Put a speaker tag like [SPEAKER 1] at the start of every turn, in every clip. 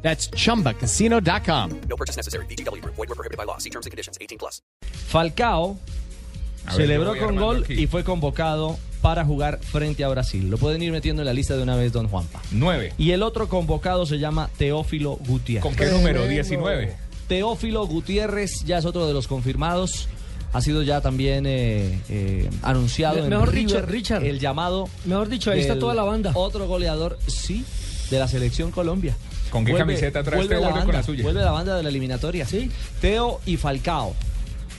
[SPEAKER 1] That's chumbacasino.com.
[SPEAKER 2] No purchase necessary. VGW Group. Void were prohibited by law. See terms and conditions. 18 plus.
[SPEAKER 3] Falcao
[SPEAKER 4] A ver, yo
[SPEAKER 3] celebró
[SPEAKER 4] voy
[SPEAKER 3] con
[SPEAKER 4] armando
[SPEAKER 3] gol
[SPEAKER 4] aquí.
[SPEAKER 3] y fue convocado para jugar frente a Brasil. Lo pueden ir metiendo en la lista de una vez, don Juanpa.
[SPEAKER 4] 9.
[SPEAKER 3] Y el otro convocado se llama Teófilo Gutiérrez.
[SPEAKER 4] ¿Con qué número? 19.
[SPEAKER 3] Teófilo Gutiérrez ya es otro de los confirmados. Ha sido ya también eh, eh, anunciado
[SPEAKER 5] Me-
[SPEAKER 3] en
[SPEAKER 5] mejor
[SPEAKER 3] River
[SPEAKER 5] dicho, Richard.
[SPEAKER 3] el llamado.
[SPEAKER 5] Mejor dicho, ahí está
[SPEAKER 3] del
[SPEAKER 5] toda la banda.
[SPEAKER 3] Otro goleador, sí, de la selección Colombia.
[SPEAKER 4] ¿Con qué camiseta trae
[SPEAKER 3] vuelve
[SPEAKER 4] este
[SPEAKER 3] la
[SPEAKER 4] hombre con
[SPEAKER 3] banda,
[SPEAKER 4] la suya?
[SPEAKER 3] Vuelve la banda de la eliminatoria.
[SPEAKER 5] Sí.
[SPEAKER 3] Teo y Falcao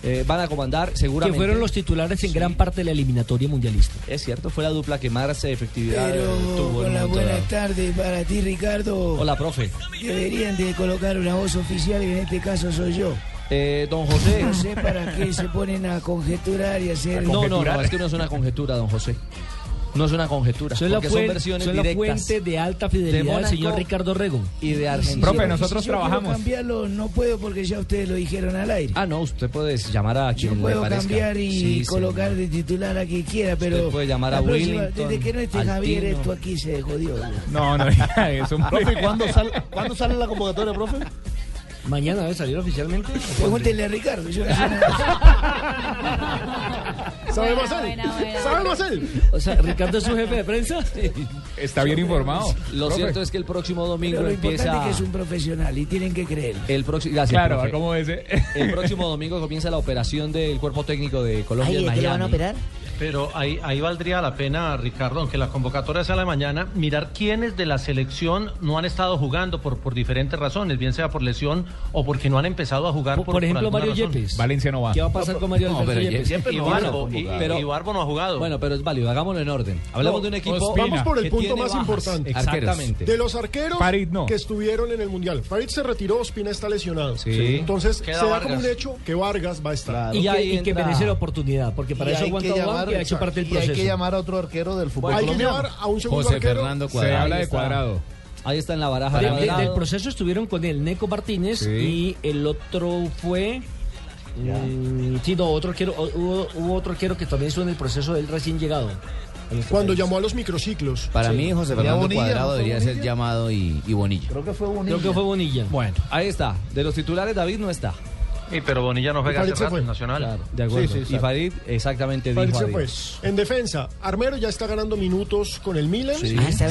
[SPEAKER 3] eh, van a comandar
[SPEAKER 5] que
[SPEAKER 3] seguramente.
[SPEAKER 5] fueron los titulares en gran parte de la eliminatoria mundialista.
[SPEAKER 3] Es cierto, fue la dupla que más efectividad eh,
[SPEAKER 6] Pero
[SPEAKER 3] tuvo. en un
[SPEAKER 6] hola,
[SPEAKER 3] momento
[SPEAKER 6] buenas
[SPEAKER 3] dado.
[SPEAKER 6] tardes para ti Ricardo.
[SPEAKER 3] Hola, profe.
[SPEAKER 6] Deberían de colocar una voz oficial que en este caso soy yo.
[SPEAKER 3] Eh, don José.
[SPEAKER 6] No sé para qué se ponen a conjeturar y hacer...
[SPEAKER 3] Eh, No, no,
[SPEAKER 4] conjeturar.
[SPEAKER 3] no, es que no es una conjetura, don José. No es una conjetura.
[SPEAKER 5] Son la,
[SPEAKER 3] porque
[SPEAKER 5] fuen-
[SPEAKER 3] son versiones
[SPEAKER 5] son la
[SPEAKER 3] directas
[SPEAKER 5] fuente de alta
[SPEAKER 3] De
[SPEAKER 5] fidelidad del
[SPEAKER 3] Mónaco.
[SPEAKER 5] señor Ricardo Rego.
[SPEAKER 3] y de
[SPEAKER 6] Sí,
[SPEAKER 3] Argentina.
[SPEAKER 4] Profe,
[SPEAKER 6] pero
[SPEAKER 4] nosotros
[SPEAKER 6] si yo quiero
[SPEAKER 4] trabajamos.
[SPEAKER 6] cambiarlo no puedo porque ya ustedes lo dijeron al aire.
[SPEAKER 3] Ah, no, usted puede llamar a
[SPEAKER 6] Yo
[SPEAKER 3] quien le
[SPEAKER 6] puedo
[SPEAKER 3] parezca.
[SPEAKER 6] cambiar y
[SPEAKER 3] Sí, sí.
[SPEAKER 6] colocar de titular a quien quiera, pero...
[SPEAKER 3] puede llamar a
[SPEAKER 6] la próxima-
[SPEAKER 3] Willington,
[SPEAKER 6] Desde que no esté
[SPEAKER 3] al
[SPEAKER 6] Javier,
[SPEAKER 3] Tino.
[SPEAKER 6] esto aquí se jodió.
[SPEAKER 4] No, no, diga eso.
[SPEAKER 7] Profe, ¿y
[SPEAKER 4] hombre.
[SPEAKER 7] ¿cuándo sale, ¿cuándo sale la convocatoria, profe?
[SPEAKER 5] Mañana debe salir oficialmente.
[SPEAKER 6] Pregúntenle a Ricardo, yo no sé nada.
[SPEAKER 7] ¿Sabemos hacer? ¿Sabemos hacer?
[SPEAKER 5] O sea, Ricardo es su jefe de prensa.
[SPEAKER 4] Está bien informado.
[SPEAKER 3] Lo
[SPEAKER 4] profe.
[SPEAKER 3] cierto es que el próximo domingo
[SPEAKER 6] Pero lo importante
[SPEAKER 3] empieza
[SPEAKER 6] es que es un profesional y tienen que creerlo.
[SPEAKER 3] el próximo gracias,
[SPEAKER 4] Claro,
[SPEAKER 3] profe.
[SPEAKER 4] ¿cómo ese?
[SPEAKER 3] El próximo domingo comienza la operación del cuerpo técnico de Colombia en Miami.
[SPEAKER 8] Pero ahí, ahí valdría la pena, Ricardo, aunque la convocatoria sea la mañana, mirar quiénes de la selección no han estado jugando por, por diferentes razones, bien sea por lesión o porque no han empezado a jugar
[SPEAKER 5] Por,
[SPEAKER 8] por,
[SPEAKER 5] por ejemplo,
[SPEAKER 8] alguna
[SPEAKER 5] Mario
[SPEAKER 8] razón.
[SPEAKER 5] Yepes.
[SPEAKER 4] Valencia no va.
[SPEAKER 5] ¿Qué va a pasar con Mario Alberto Yepes?
[SPEAKER 8] Y
[SPEAKER 3] lo van a
[SPEAKER 8] Barbo, y,
[SPEAKER 3] convocar.
[SPEAKER 8] y Barbo no ha jugado.
[SPEAKER 3] Bueno, pero es válido, hagámoslo en orden. Hablamos
[SPEAKER 4] No,
[SPEAKER 3] de un equipo
[SPEAKER 4] Ospina.
[SPEAKER 7] Vamos por
[SPEAKER 3] que
[SPEAKER 7] el punto
[SPEAKER 3] tiene
[SPEAKER 7] más
[SPEAKER 3] bajas.
[SPEAKER 7] importante.
[SPEAKER 3] Exactamente.
[SPEAKER 7] De los arqueros
[SPEAKER 4] Farid no.
[SPEAKER 7] que estuvieron en el Mundial. Farid se retiró, Ospina está lesionado.
[SPEAKER 3] Sí.
[SPEAKER 7] Entonces,
[SPEAKER 8] Queda
[SPEAKER 7] se da
[SPEAKER 8] Vargas.
[SPEAKER 7] como un hecho que Vargas va a estar.
[SPEAKER 5] Y,
[SPEAKER 3] Claro.
[SPEAKER 5] que, y
[SPEAKER 3] Ahí
[SPEAKER 5] que
[SPEAKER 3] entra-
[SPEAKER 5] merece la oportunidad, porque para eso aguanta Obama y ha hecho parte del proceso.
[SPEAKER 7] a otro arquero del fútbol Hay que llevar a un segundo
[SPEAKER 9] José
[SPEAKER 7] arquero.
[SPEAKER 9] Fernando
[SPEAKER 4] Se
[SPEAKER 9] Cuadrado.
[SPEAKER 4] habla de cuadrado.
[SPEAKER 3] Ahí está en la baraja.
[SPEAKER 5] De- de-
[SPEAKER 3] Cuadrado.
[SPEAKER 5] del proceso estuvieron con él Neco Martínez
[SPEAKER 4] Sí.
[SPEAKER 5] y el otro fue. mm, sí, no, otro quiero, hubo, hubo otro quiero que también estuvo en el proceso del recién llegado. a nuestro
[SPEAKER 7] Cuando
[SPEAKER 5] país.
[SPEAKER 7] llamó a los microciclos.
[SPEAKER 9] Para mí, José Fernando Cuadrado debería ser llamado y, y Bonilla.
[SPEAKER 5] Creo que fue Bonilla.
[SPEAKER 3] Bueno, ahí está. De los titulares, David no está.
[SPEAKER 8] Sí, pero Bonilla no juega
[SPEAKER 7] Farid
[SPEAKER 8] hace
[SPEAKER 7] se
[SPEAKER 8] rato
[SPEAKER 7] fue.
[SPEAKER 8] en Nacional.
[SPEAKER 3] De acuerdo.
[SPEAKER 7] Sí, sí,
[SPEAKER 3] y
[SPEAKER 7] exacto.
[SPEAKER 3] Farid exactamente
[SPEAKER 7] Farid
[SPEAKER 3] dijo
[SPEAKER 7] se
[SPEAKER 3] adiós.
[SPEAKER 7] fue. En defensa, Armero ya está ganando minutos con el Milan.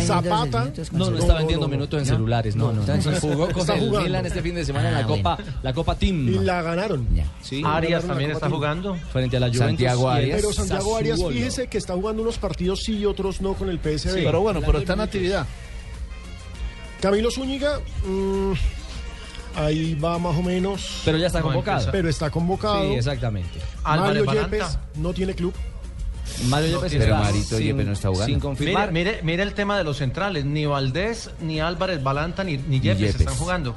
[SPEAKER 7] Zapata.
[SPEAKER 3] No, no está vendiendo minutos en celulares, no, no. Entonces jugó con
[SPEAKER 7] Está
[SPEAKER 3] el
[SPEAKER 7] jugando.
[SPEAKER 3] Milan este fin de semana en la
[SPEAKER 9] Ah,
[SPEAKER 3] Copa, la Copa Team.
[SPEAKER 7] Y la ganaron.
[SPEAKER 3] Sí,
[SPEAKER 8] Arias también está jugando.
[SPEAKER 3] frente a la Juventus.
[SPEAKER 9] Santiago
[SPEAKER 3] y el
[SPEAKER 9] Arias.
[SPEAKER 7] Pero Santiago Arias,
[SPEAKER 3] Sassuolo.
[SPEAKER 7] fíjese que está jugando unos partidos sí y otros no con el PSV.
[SPEAKER 3] pero
[SPEAKER 7] bueno, pero está en actividad. Camilo Zúñiga, mm, ahí va más o menos,
[SPEAKER 3] Pero ya está
[SPEAKER 8] No,
[SPEAKER 3] convocado.
[SPEAKER 8] empieza.
[SPEAKER 7] pero está convocado.
[SPEAKER 3] Sí, exactamente.
[SPEAKER 7] Mario
[SPEAKER 8] Álvarez Balanta.
[SPEAKER 7] Yepes no tiene club.
[SPEAKER 3] Mario Yepes
[SPEAKER 8] tiene
[SPEAKER 3] está
[SPEAKER 8] nada.
[SPEAKER 9] Marito
[SPEAKER 3] sin-
[SPEAKER 9] Yepes no está jugando.
[SPEAKER 3] Sin
[SPEAKER 8] Mire,
[SPEAKER 3] confirmar.
[SPEAKER 8] mire, mire el tema de los centrales. Ni Valdés, ni Álvarez Balanta, ni, ni Yepes,
[SPEAKER 9] Yepes.
[SPEAKER 8] están jugando.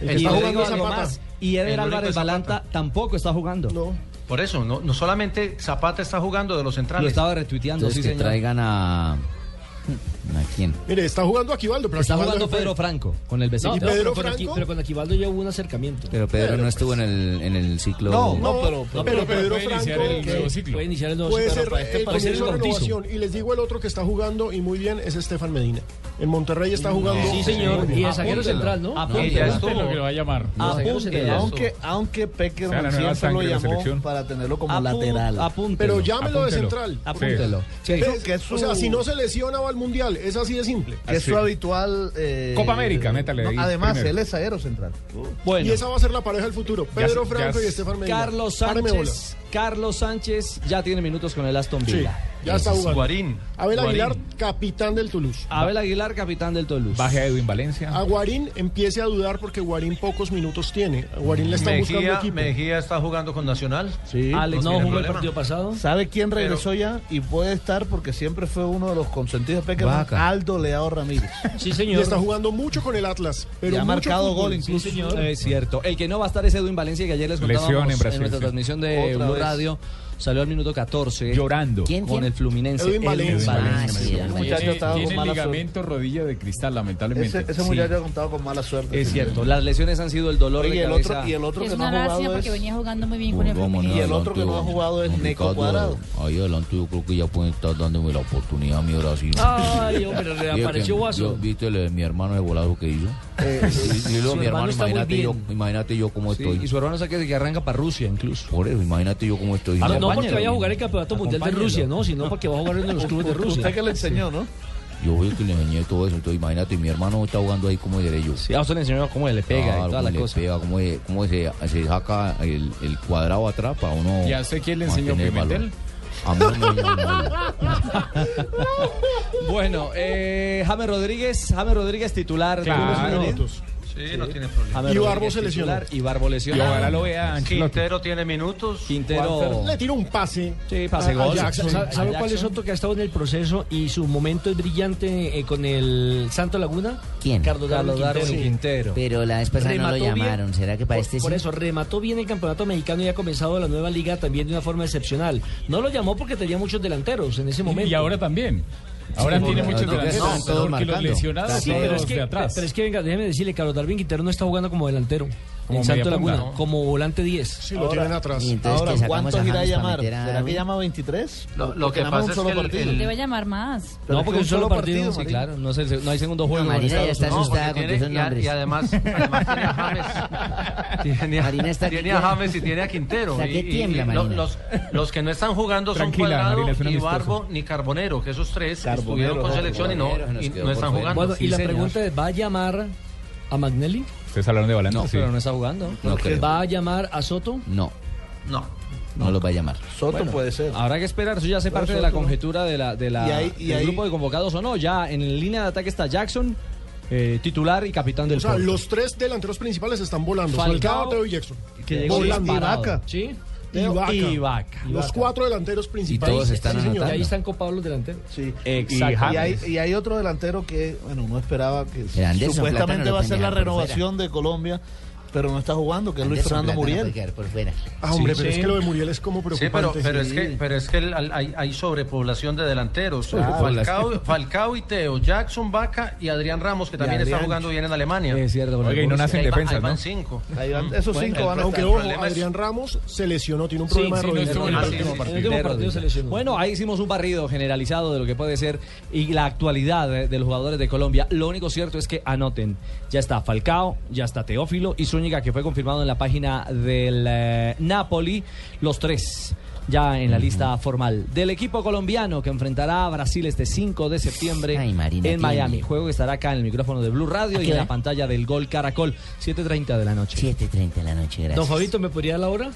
[SPEAKER 7] El que
[SPEAKER 3] Y
[SPEAKER 7] está
[SPEAKER 3] le
[SPEAKER 7] jugando
[SPEAKER 3] digo
[SPEAKER 7] es
[SPEAKER 3] algo
[SPEAKER 7] Zapata.
[SPEAKER 3] más, Y Eder
[SPEAKER 8] El único
[SPEAKER 3] Álvarez
[SPEAKER 8] es Zapata.
[SPEAKER 3] Balanta tampoco está jugando.
[SPEAKER 7] No.
[SPEAKER 8] Por eso, no, no solamente Zapata está jugando de los centrales.
[SPEAKER 3] Lo estaba retuiteando,
[SPEAKER 9] Entonces,
[SPEAKER 3] sí,
[SPEAKER 9] que
[SPEAKER 3] señor.
[SPEAKER 9] traigan a. ¿A quién?
[SPEAKER 7] Mire, está jugando Aquivaldo, pero
[SPEAKER 5] Está
[SPEAKER 7] Aquivaldo
[SPEAKER 3] Jugando
[SPEAKER 7] no fue.
[SPEAKER 3] Pedro Franco con el
[SPEAKER 5] No,
[SPEAKER 3] vecino.
[SPEAKER 7] ¿Y
[SPEAKER 5] pero,
[SPEAKER 7] Pedro
[SPEAKER 5] pero con
[SPEAKER 7] Franco?
[SPEAKER 5] Aqui- pero con Aquivaldo ya hubo un acercamiento.
[SPEAKER 9] Pero Pedro no estuvo en el, en el ciclo.
[SPEAKER 7] No, pero, pero Pedro
[SPEAKER 4] puede iniciar
[SPEAKER 7] Franco eh,
[SPEAKER 4] el nuevo ciclo.
[SPEAKER 5] Puede iniciar el nuevo
[SPEAKER 7] puede
[SPEAKER 5] ciclo,
[SPEAKER 7] ser
[SPEAKER 5] pero
[SPEAKER 7] el
[SPEAKER 5] para este
[SPEAKER 7] comienzo de
[SPEAKER 5] partido es el bautizo.
[SPEAKER 7] renovación. Y les digo el otro que está jugando y muy bien es Estefan Medina. En Monterrey está jugando.
[SPEAKER 5] Sí, señor. Y el zaguero central, ¿no?
[SPEAKER 8] Y ya estuvo.
[SPEAKER 4] a llamar.
[SPEAKER 3] Ah,
[SPEAKER 5] Apúntelo.
[SPEAKER 8] Aunque-
[SPEAKER 7] aunque Pecker
[SPEAKER 4] Sea la nueva sangre de la selección.
[SPEAKER 7] para tenerlo como
[SPEAKER 3] Apúntelo.
[SPEAKER 7] Pero llámelo de
[SPEAKER 4] Apúntelo.
[SPEAKER 7] central.
[SPEAKER 3] Apúntelo. Sí.
[SPEAKER 7] Es- O sea, si no se lesiona va al mundial, es así de simple.
[SPEAKER 4] Que es su
[SPEAKER 7] habitual.
[SPEAKER 4] Copa América, métale ahí primero.
[SPEAKER 7] es zaguero central.
[SPEAKER 3] Bueno.
[SPEAKER 7] Y esa va a ser la pareja del futuro:
[SPEAKER 4] Ya
[SPEAKER 7] Pedro
[SPEAKER 4] se- ya
[SPEAKER 7] Franco y
[SPEAKER 4] se-
[SPEAKER 7] Estefan Medina.
[SPEAKER 3] Carlos
[SPEAKER 7] Páreme bola.
[SPEAKER 3] Sánchez Carlos Sánchez ya tiene minutos con el Aston Villa.
[SPEAKER 7] ya está jugando.
[SPEAKER 8] Guarín.
[SPEAKER 7] Abel
[SPEAKER 8] Guarín.
[SPEAKER 7] Aguilar, capitán del Toulouse.
[SPEAKER 3] Abel Aguilar, capitán del Toulouse.
[SPEAKER 4] Baje a Edwin Valencia.
[SPEAKER 7] A Guarín empiece a dudar porque Guarín pocos minutos tiene. A Guarín le están buscando
[SPEAKER 8] Mejía,
[SPEAKER 7] equipo.
[SPEAKER 8] Mejía está jugando con Nacional.
[SPEAKER 10] Sí.
[SPEAKER 5] Alex
[SPEAKER 8] No
[SPEAKER 5] Ah, no, jugó
[SPEAKER 8] tiene
[SPEAKER 5] el
[SPEAKER 8] problema.
[SPEAKER 5] partido pasado.
[SPEAKER 10] ¿Sabe quién
[SPEAKER 8] Pero-
[SPEAKER 10] regresó ya? Y puede estar porque siempre fue uno de los consentidos de Peckerman,
[SPEAKER 9] Vaca.
[SPEAKER 10] Aldo Leao Ramírez.
[SPEAKER 5] Sí,
[SPEAKER 7] Y
[SPEAKER 5] señor.
[SPEAKER 7] está jugando mucho con el Atlas. Pero
[SPEAKER 10] Ya ha
[SPEAKER 7] mucho
[SPEAKER 10] marcado
[SPEAKER 7] fútbol.
[SPEAKER 10] gol
[SPEAKER 7] eh,
[SPEAKER 10] incluso.
[SPEAKER 3] Es cierto. El que no va a estar es Edwin Valencia, que ayer les contábamos
[SPEAKER 4] Lesión en
[SPEAKER 3] en,
[SPEAKER 4] Brasil,
[SPEAKER 3] nuestra
[SPEAKER 4] sí.
[SPEAKER 3] transmisión de
[SPEAKER 10] Otra
[SPEAKER 3] Blue
[SPEAKER 10] vez.
[SPEAKER 3] Radio. Salió al minuto 14.
[SPEAKER 4] Llorando.
[SPEAKER 3] ¿Quién? Con
[SPEAKER 11] quién?
[SPEAKER 3] el Fluminense.
[SPEAKER 7] Edwin Valencia.
[SPEAKER 11] Ah, sí, el
[SPEAKER 10] muchacho estaba con mala suerte.
[SPEAKER 4] rodilla de cristal,
[SPEAKER 10] Ese,
[SPEAKER 4] lamentablemente.
[SPEAKER 10] ese muchacho ha contado con mala suerte.
[SPEAKER 3] Es cierto. Las lesiones han sido el dolor
[SPEAKER 10] Oye, y
[SPEAKER 3] de
[SPEAKER 10] el
[SPEAKER 3] cabeza.
[SPEAKER 10] otro, y el otro
[SPEAKER 11] Es
[SPEAKER 10] que no
[SPEAKER 11] una
[SPEAKER 10] ha
[SPEAKER 11] gracia
[SPEAKER 10] jugado
[SPEAKER 11] porque
[SPEAKER 10] es...
[SPEAKER 11] venía jugando muy bien con el Fluminense.
[SPEAKER 10] Y el otro que no ha jugado es Neco Cuadrado.
[SPEAKER 9] Ahí adelante yo creo que ya pueden estar dándome la oportunidad a mi Brasil.
[SPEAKER 5] Ay, hombre, reapareció
[SPEAKER 9] yo,
[SPEAKER 5] Guaso.
[SPEAKER 9] ¿Viste lo de mi hermano de volado que hizo? y, y
[SPEAKER 5] su
[SPEAKER 9] lo de mi
[SPEAKER 5] hermano
[SPEAKER 9] hermano,
[SPEAKER 5] está muy
[SPEAKER 9] imagínate yo,
[SPEAKER 5] bien.
[SPEAKER 9] imagínate yo cómo
[SPEAKER 3] Sí,
[SPEAKER 9] estoy.
[SPEAKER 3] y su hermano es aquel que arranca para Rusia, incluso.
[SPEAKER 9] Por eso, imagínate yo cómo estoy.
[SPEAKER 5] Ah, no
[SPEAKER 9] Acompáñalo.
[SPEAKER 5] porque vaya a jugar el Campeonato Mundial de Rusia, no, sino porque va a jugar en los clubes de Rusia.
[SPEAKER 10] Usted que le enseñó, ¿no?
[SPEAKER 9] Yo voy que le enseñé todo eso. Entonces, imagínate, mi hermano está jugando ahí como derecho.
[SPEAKER 3] Sí, a Ah, usted le enseñó cómo le pega
[SPEAKER 9] Claro,
[SPEAKER 3] y toda
[SPEAKER 9] cómo
[SPEAKER 3] la
[SPEAKER 9] le
[SPEAKER 3] cosa.
[SPEAKER 9] pega, cómo, se- cómo se, se saca el, el cuadrado atrás para uno.
[SPEAKER 4] ¿Y a usted quién le enseñó,
[SPEAKER 9] mantener el
[SPEAKER 4] Pimentel?
[SPEAKER 9] balón. A mí no me enseñó nadie.
[SPEAKER 3] Bueno, eh, James Rodríguez, James Rodríguez titular.
[SPEAKER 4] Claro.
[SPEAKER 8] Sí, no tiene problema.
[SPEAKER 7] Y Barbo se
[SPEAKER 3] Y Barbo
[SPEAKER 4] Y ojalá
[SPEAKER 3] lesionado.
[SPEAKER 4] lo vea Ancelotti.
[SPEAKER 8] Quintero tiene minutos. ¿eh?
[SPEAKER 3] Quintero.
[SPEAKER 7] Le tira un pase.
[SPEAKER 3] Sí, pase gol.
[SPEAKER 7] A Jackson.
[SPEAKER 5] ¿Sabe sabe cuál es otro que ha estado en el proceso y su momento es brillante eh, con el Santo Laguna?
[SPEAKER 11] ¿Quién?
[SPEAKER 5] Carlos Darwin
[SPEAKER 3] Carlos Darwin
[SPEAKER 5] Quintero.
[SPEAKER 3] Quintero.
[SPEAKER 11] Pero la vez pasada no
[SPEAKER 5] Remató
[SPEAKER 11] lo
[SPEAKER 5] bien.
[SPEAKER 11] llamaron. ¿Será que para este
[SPEAKER 5] Por
[SPEAKER 11] sí?
[SPEAKER 5] eso, remató bien el campeonato mexicano y ha comenzado la nueva liga también de una forma excepcional. No lo llamó porque tenía muchos delanteros en ese momento.
[SPEAKER 4] Y ahora también. Ahora tiene
[SPEAKER 9] porque
[SPEAKER 4] muchos
[SPEAKER 9] no, que
[SPEAKER 4] delanteros.
[SPEAKER 9] están todos
[SPEAKER 4] Porque los
[SPEAKER 9] marcando.
[SPEAKER 4] lesionados
[SPEAKER 5] Sí,
[SPEAKER 4] son
[SPEAKER 5] pero,
[SPEAKER 4] los
[SPEAKER 5] es que,
[SPEAKER 4] de atrás.
[SPEAKER 5] pero es que, venga, déjeme decirle, Carlos Darwin Quintero no está jugando como delantero
[SPEAKER 4] Como
[SPEAKER 5] en Santo
[SPEAKER 4] media punta,
[SPEAKER 5] Laguna,
[SPEAKER 4] ¿no?
[SPEAKER 5] como volante 10.
[SPEAKER 7] Sí, lo tienen atrás.
[SPEAKER 11] Y entonces
[SPEAKER 10] Ahora,
[SPEAKER 11] que sacamos
[SPEAKER 10] ¿cuántos
[SPEAKER 11] a
[SPEAKER 10] irá a
[SPEAKER 11] James para
[SPEAKER 10] llamar?
[SPEAKER 11] meter a
[SPEAKER 10] ¿Será que
[SPEAKER 11] Darwin?
[SPEAKER 10] llama 23?
[SPEAKER 8] Lo- lo que
[SPEAKER 10] Porque nada más
[SPEAKER 8] pasa es que el- el-
[SPEAKER 11] Debe llamar más.
[SPEAKER 10] Pero
[SPEAKER 3] No, porque
[SPEAKER 10] es
[SPEAKER 3] un solo partido. sí,
[SPEAKER 10] Martín.
[SPEAKER 3] claro. No, es el seg- no hay segundo juego. en
[SPEAKER 11] Marina ya
[SPEAKER 3] Estados
[SPEAKER 11] está
[SPEAKER 3] Unidos.
[SPEAKER 6] Pues
[SPEAKER 11] asustada
[SPEAKER 8] porque
[SPEAKER 11] con
[SPEAKER 8] pues
[SPEAKER 11] esos
[SPEAKER 8] tiene- y a-
[SPEAKER 11] nombres.
[SPEAKER 8] Y además, además tiene a James. Tiene, a,
[SPEAKER 11] Marina está que
[SPEAKER 8] tiene a
[SPEAKER 11] tiembla.
[SPEAKER 8] James y tiene a Quintero.
[SPEAKER 11] Está
[SPEAKER 8] y-
[SPEAKER 11] que
[SPEAKER 8] y-
[SPEAKER 11] tiembla,
[SPEAKER 8] y
[SPEAKER 11] Marina.
[SPEAKER 8] lo- los, los que no están jugando son
[SPEAKER 4] Tranquila,
[SPEAKER 8] Cuadrado,
[SPEAKER 4] Marina, es un
[SPEAKER 8] ni
[SPEAKER 4] amistoso.
[SPEAKER 8] Barbo, ni Carbonero, que esos tres
[SPEAKER 10] Carbonero,
[SPEAKER 8] estuvieron con
[SPEAKER 10] no,
[SPEAKER 8] selección y no,
[SPEAKER 9] Carbonero se nos
[SPEAKER 8] y
[SPEAKER 9] quedó
[SPEAKER 8] no
[SPEAKER 9] por
[SPEAKER 8] están
[SPEAKER 9] fuera.
[SPEAKER 8] jugando.
[SPEAKER 5] Bueno,
[SPEAKER 3] sí,
[SPEAKER 5] y la
[SPEAKER 3] señor.
[SPEAKER 5] pregunta es, ¿va a llamar a Magnelli?
[SPEAKER 4] Ustedes hablaron de Balanta,
[SPEAKER 9] No,
[SPEAKER 4] sí.
[SPEAKER 3] Pero no está jugando.
[SPEAKER 9] No creo.
[SPEAKER 5] ¿Va a llamar a Soto?
[SPEAKER 9] No,
[SPEAKER 8] No.
[SPEAKER 9] no los va a llamar.
[SPEAKER 10] Soto puede ser.
[SPEAKER 3] Habrá que esperar, eso ya hace parte de la conjetura de la, de la-
[SPEAKER 10] Y ahí- y
[SPEAKER 3] del
[SPEAKER 10] ahí-
[SPEAKER 3] grupo de convocados o no. Ya en línea de ataque está Jackson, eh, titular y capitán del
[SPEAKER 7] O sea,
[SPEAKER 3] Porto,
[SPEAKER 7] los tres delanteros principales están volando.
[SPEAKER 3] Falcao,
[SPEAKER 7] Falcao, Teo y Jackson.
[SPEAKER 3] que llegó
[SPEAKER 7] Volando.
[SPEAKER 3] disparado.
[SPEAKER 10] Ibaka.
[SPEAKER 5] Sí.
[SPEAKER 7] Y Vaca.
[SPEAKER 3] Y Vaca.
[SPEAKER 7] Los cuatro delanteros principales.
[SPEAKER 9] todos están
[SPEAKER 7] Sí, señor.
[SPEAKER 5] Y
[SPEAKER 9] anotando.
[SPEAKER 5] ahí están copados los delanteros.
[SPEAKER 10] Sí.
[SPEAKER 3] Eh, Exacto.
[SPEAKER 10] Y, hay, y hay otro delantero que, bueno, uno esperaba que
[SPEAKER 9] El Anderson
[SPEAKER 10] supuestamente
[SPEAKER 9] Plátano
[SPEAKER 10] va a ser
[SPEAKER 9] lo
[SPEAKER 10] la
[SPEAKER 9] pueden dejar por
[SPEAKER 10] renovación de Colombia, pero no está jugando, que es Luis
[SPEAKER 11] Anderson
[SPEAKER 10] Fernando
[SPEAKER 11] Plata no puede
[SPEAKER 10] Muriel.
[SPEAKER 11] quedar por fuera.
[SPEAKER 7] Ah, hombre,
[SPEAKER 5] Sí,
[SPEAKER 7] pero
[SPEAKER 5] sí.
[SPEAKER 7] es que lo de Muriel es como
[SPEAKER 8] Sí, pero,
[SPEAKER 7] preocupante.
[SPEAKER 8] pero es que, pero es que el- al- hay, hay sobrepoblación de delanteros. Falcao, Falcao y Teo, Jackson Vaca y Adrián Ramos, que también está
[SPEAKER 10] Adrián.
[SPEAKER 8] jugando bien en Alemania.
[SPEAKER 3] Es cierto. con el
[SPEAKER 4] Oiga, y no
[SPEAKER 3] Borussia.
[SPEAKER 4] nacen
[SPEAKER 8] Ahí va-
[SPEAKER 4] defensas,
[SPEAKER 8] ahí van
[SPEAKER 4] ¿no?
[SPEAKER 8] cinco.
[SPEAKER 10] Ahí van, esos
[SPEAKER 8] Bueno,
[SPEAKER 10] cinco
[SPEAKER 8] el
[SPEAKER 10] van a
[SPEAKER 8] pro-
[SPEAKER 10] estar.
[SPEAKER 7] Aunque
[SPEAKER 8] el
[SPEAKER 7] ojo,
[SPEAKER 8] problema es-
[SPEAKER 7] Adrián Ramos se lesionó, tiene un problema
[SPEAKER 4] sí,
[SPEAKER 7] de
[SPEAKER 4] no
[SPEAKER 7] rodilla.
[SPEAKER 4] estuvo en
[SPEAKER 8] Ah,
[SPEAKER 4] el
[SPEAKER 8] sí,
[SPEAKER 4] último
[SPEAKER 8] sí,
[SPEAKER 5] En el
[SPEAKER 4] partido.
[SPEAKER 5] último partido se lesionó.
[SPEAKER 3] Bueno, ahí hicimos un barrido generalizado de lo que puede ser y la actualidad de, de los jugadores de Colombia. Lo único cierto es que anoten, ya está Falcao, ya está Teófilo y Zúñiga, que fue confirmado en la página del eh, Napoli, los tres ya en la lista formal del equipo colombiano que enfrentará a Brasil este 5 de septiembre
[SPEAKER 11] Ay, Marina,
[SPEAKER 3] en
[SPEAKER 11] tiene.
[SPEAKER 3] Miami. Juego que estará acá en el micrófono de Blue Radio
[SPEAKER 11] ¿A
[SPEAKER 3] y
[SPEAKER 11] qué
[SPEAKER 3] en
[SPEAKER 11] hora?
[SPEAKER 3] la pantalla del Gol Caracol, 7.30 de la noche.
[SPEAKER 11] 7.30 de la noche, gracias.
[SPEAKER 5] Don Fabito, ¿me podría dar la hora?